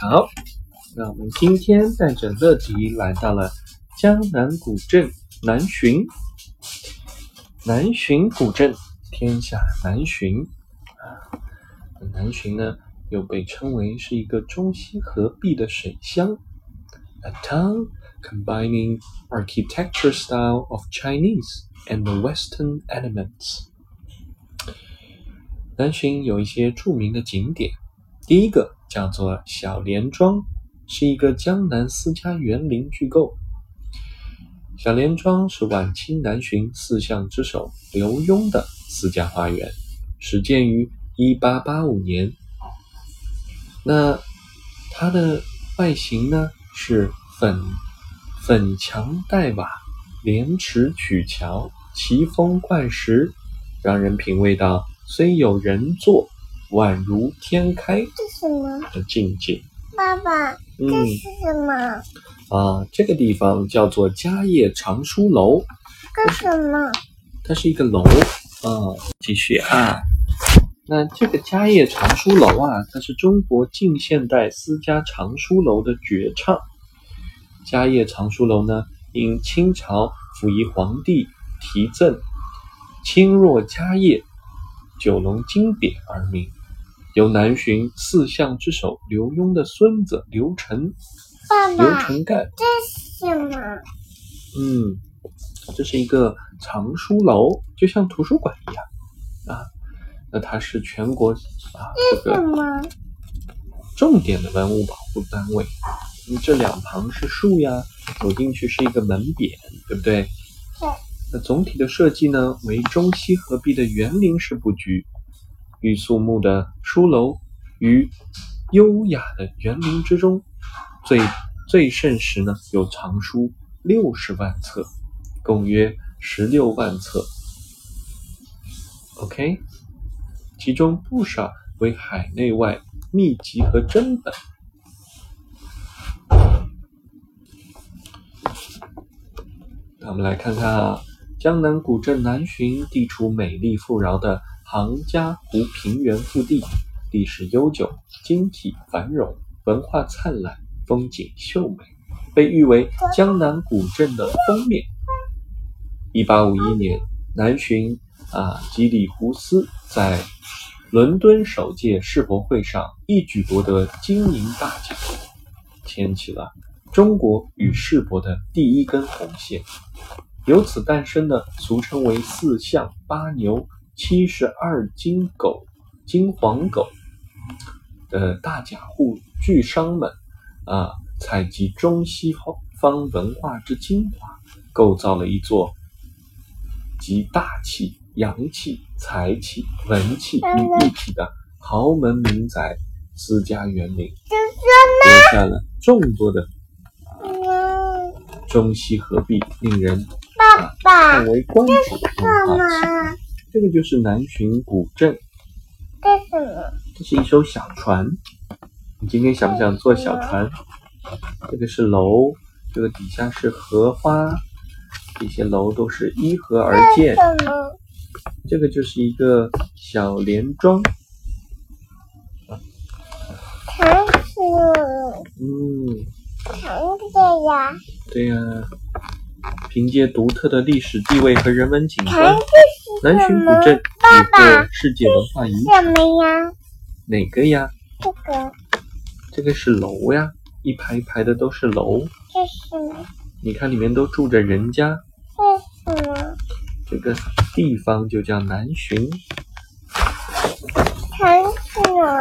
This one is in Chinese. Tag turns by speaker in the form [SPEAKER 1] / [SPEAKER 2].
[SPEAKER 1] 好，那我们今天带着乐迪来到了江南古镇南浔，南浔古镇，天下南浔啊。南浔呢，又被称为是一个中西合璧的水乡，a town combining architecture style of Chinese and the Western elements。南浔有一些著名的景点，第一个叫做小莲庄，是一个江南私家园林巨构。小莲庄是晚清南浔四相之首刘墉的私家花园，始建于一八八五年。那它的外形呢是粉粉墙黛瓦，莲池曲桥，奇峰怪石，让人品味到虽有人坐，宛如天开
[SPEAKER 2] 这是什么？
[SPEAKER 1] 的境界。
[SPEAKER 2] 爸爸，
[SPEAKER 1] 嗯
[SPEAKER 2] 这是什么？
[SPEAKER 1] 啊，这个地方叫做嘉业藏书楼，
[SPEAKER 2] 这是什么？
[SPEAKER 1] 它是一个楼啊。继续啊，那这个嘉业藏书楼啊，它是中国近现代私家藏书楼的绝唱。嘉业藏书楼呢，因清朝溥仪皇帝提赠“清若嘉业，九龙经典”而名，由南浔四相之首刘墉的孙子刘成
[SPEAKER 2] 爸
[SPEAKER 1] 刘
[SPEAKER 2] 爸，
[SPEAKER 1] 成干
[SPEAKER 2] 这是什么？
[SPEAKER 1] 嗯，这是一个藏书楼，就像图书馆一样啊。那它是全国啊这
[SPEAKER 2] 什
[SPEAKER 1] 个
[SPEAKER 2] 么？
[SPEAKER 1] 重点的文物保护单位。嗯这两旁是树呀，走进去是一个门匾，对不对？
[SPEAKER 2] 对。
[SPEAKER 1] 那总体的设计呢，为中西合璧的园林式布局，玉树木的书楼与优雅的园林之中，最最盛时呢，有藏书六十万册，共约十六万册。OK，其中不少为海内外秘籍和珍本。那我们来看看啊，江南古镇南浔地处美丽富饶的杭嘉湖平原腹地，历史悠久，经济繁荣，文化灿烂，风景秀美，被誉为江南古镇的封面。一八五一年，南浔啊吉里胡斯在伦敦首届世博会上一举夺得金银大奖，牵起了中国与世博的第一根红线。由此诞生的俗称为“四象八牛七十二金狗金黄狗”的大甲户巨商们啊，采集中西方文化之精华，构造了一座集大气、洋气、财气、文气于一体的豪门民宅私家园林，留下了众多的
[SPEAKER 2] 嗯，
[SPEAKER 1] 中西合璧、令人
[SPEAKER 2] 爸爸
[SPEAKER 1] 叹，为观止的
[SPEAKER 2] 干
[SPEAKER 1] 文化。
[SPEAKER 2] 嘛？
[SPEAKER 1] 这个就是南浔古镇，
[SPEAKER 2] 这是什么？
[SPEAKER 1] 这是一艘小船。你今天想不想坐小船？这个是楼，这个底下是荷花，这些楼都是依河而建。
[SPEAKER 2] 什么？
[SPEAKER 1] 这个就是一个小莲庄，
[SPEAKER 2] 糖是
[SPEAKER 1] 嗯，
[SPEAKER 2] 糖的呀，
[SPEAKER 1] 对呀、凭借独特的历史地位和人文景观
[SPEAKER 2] 糖，
[SPEAKER 1] 南浔古镇已获世界文化遗产。
[SPEAKER 2] 什么呀？
[SPEAKER 1] 哪个呀？
[SPEAKER 2] 这个
[SPEAKER 1] 这个是楼呀，一排一排的都是楼。
[SPEAKER 2] 这是什么？
[SPEAKER 1] 你看里面都住着人家，
[SPEAKER 2] 这是什么？
[SPEAKER 1] 这个地方就叫南浔。
[SPEAKER 2] 糖是什么？